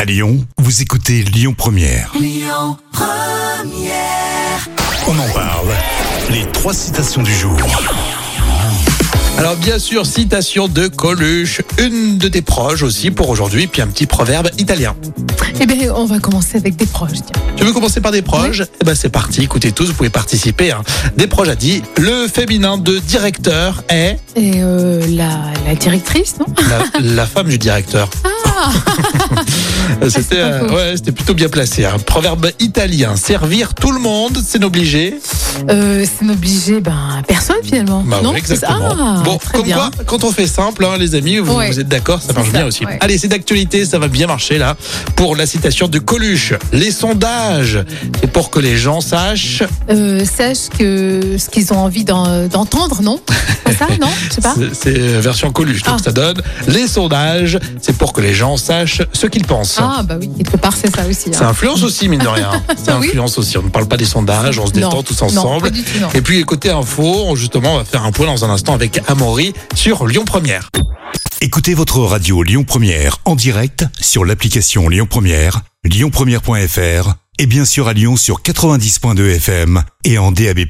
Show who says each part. Speaker 1: À Lyon, vous écoutez Lyon Première. On en parle. Les trois citations du jour.
Speaker 2: Alors bien sûr, citation de Coluche, une de tes proches aussi pour aujourd'hui, puis un petit proverbe italien.
Speaker 3: Eh bien, on va commencer avec des proches. tiens.
Speaker 2: Tu veux commencer par des proches Eh ben c'est parti, écoutez tous, vous pouvez participer. hein. Des proches a dit, le féminin de directeur est
Speaker 3: Et euh, la, la directrice, non
Speaker 2: la, la femme du directeur. C'était
Speaker 3: Ah, c'est pas
Speaker 2: euh,
Speaker 3: faux.
Speaker 2: ouais, c'était plutôt bien placé. Un proverbe italien, servir tout le monde, c'est n'obliger.
Speaker 3: euh, C'est n'obliger ben, à personne finalement.
Speaker 2: Mm. Bah
Speaker 3: non
Speaker 2: oui, exactement.
Speaker 3: Ah,
Speaker 2: bon,
Speaker 3: très
Speaker 2: comme
Speaker 3: bien.
Speaker 2: quoi, quand on fait simple, hein, les amis, vous,
Speaker 3: Ouais.
Speaker 2: vous êtes d'accord, ça
Speaker 3: C'est
Speaker 2: marche
Speaker 3: ça,
Speaker 2: bien aussi.
Speaker 3: ouais.
Speaker 2: Allez, c'est d'actualité, ça va bien marcher là. Pour la citation de Coluche, les sondages, c'est pour que les gens sachent.
Speaker 3: Euh, sache que ce qu'ils ont envie d'en- d'entendre, non Pas ça, non Je sais pas.
Speaker 2: C'est- C'est euh, version Coluche, donc
Speaker 3: Ah.
Speaker 2: ça donne. Les sondages, c'est pour que les gens sachent ce qu'ils pensent.
Speaker 3: Ah, bah oui, quelque part, c'est ça aussi. hein.
Speaker 2: Ça influence aussi, mine de rien. Ça
Speaker 3: Oui.
Speaker 2: influence aussi. On ne parle pas des sondages, on se détend
Speaker 3: Non,
Speaker 2: tous
Speaker 3: non,
Speaker 2: ensemble.
Speaker 3: pas du tout, non.
Speaker 2: Et puis, côté info, justement, on va faire un point dans un instant avec Amaury sur Lyon Première.
Speaker 1: Écoutez votre radio Lyon Première en direct sur l'application Lyon Première, lyonpremière.fr et bien sûr à Lyon sur 90.2 FM et en DAB+.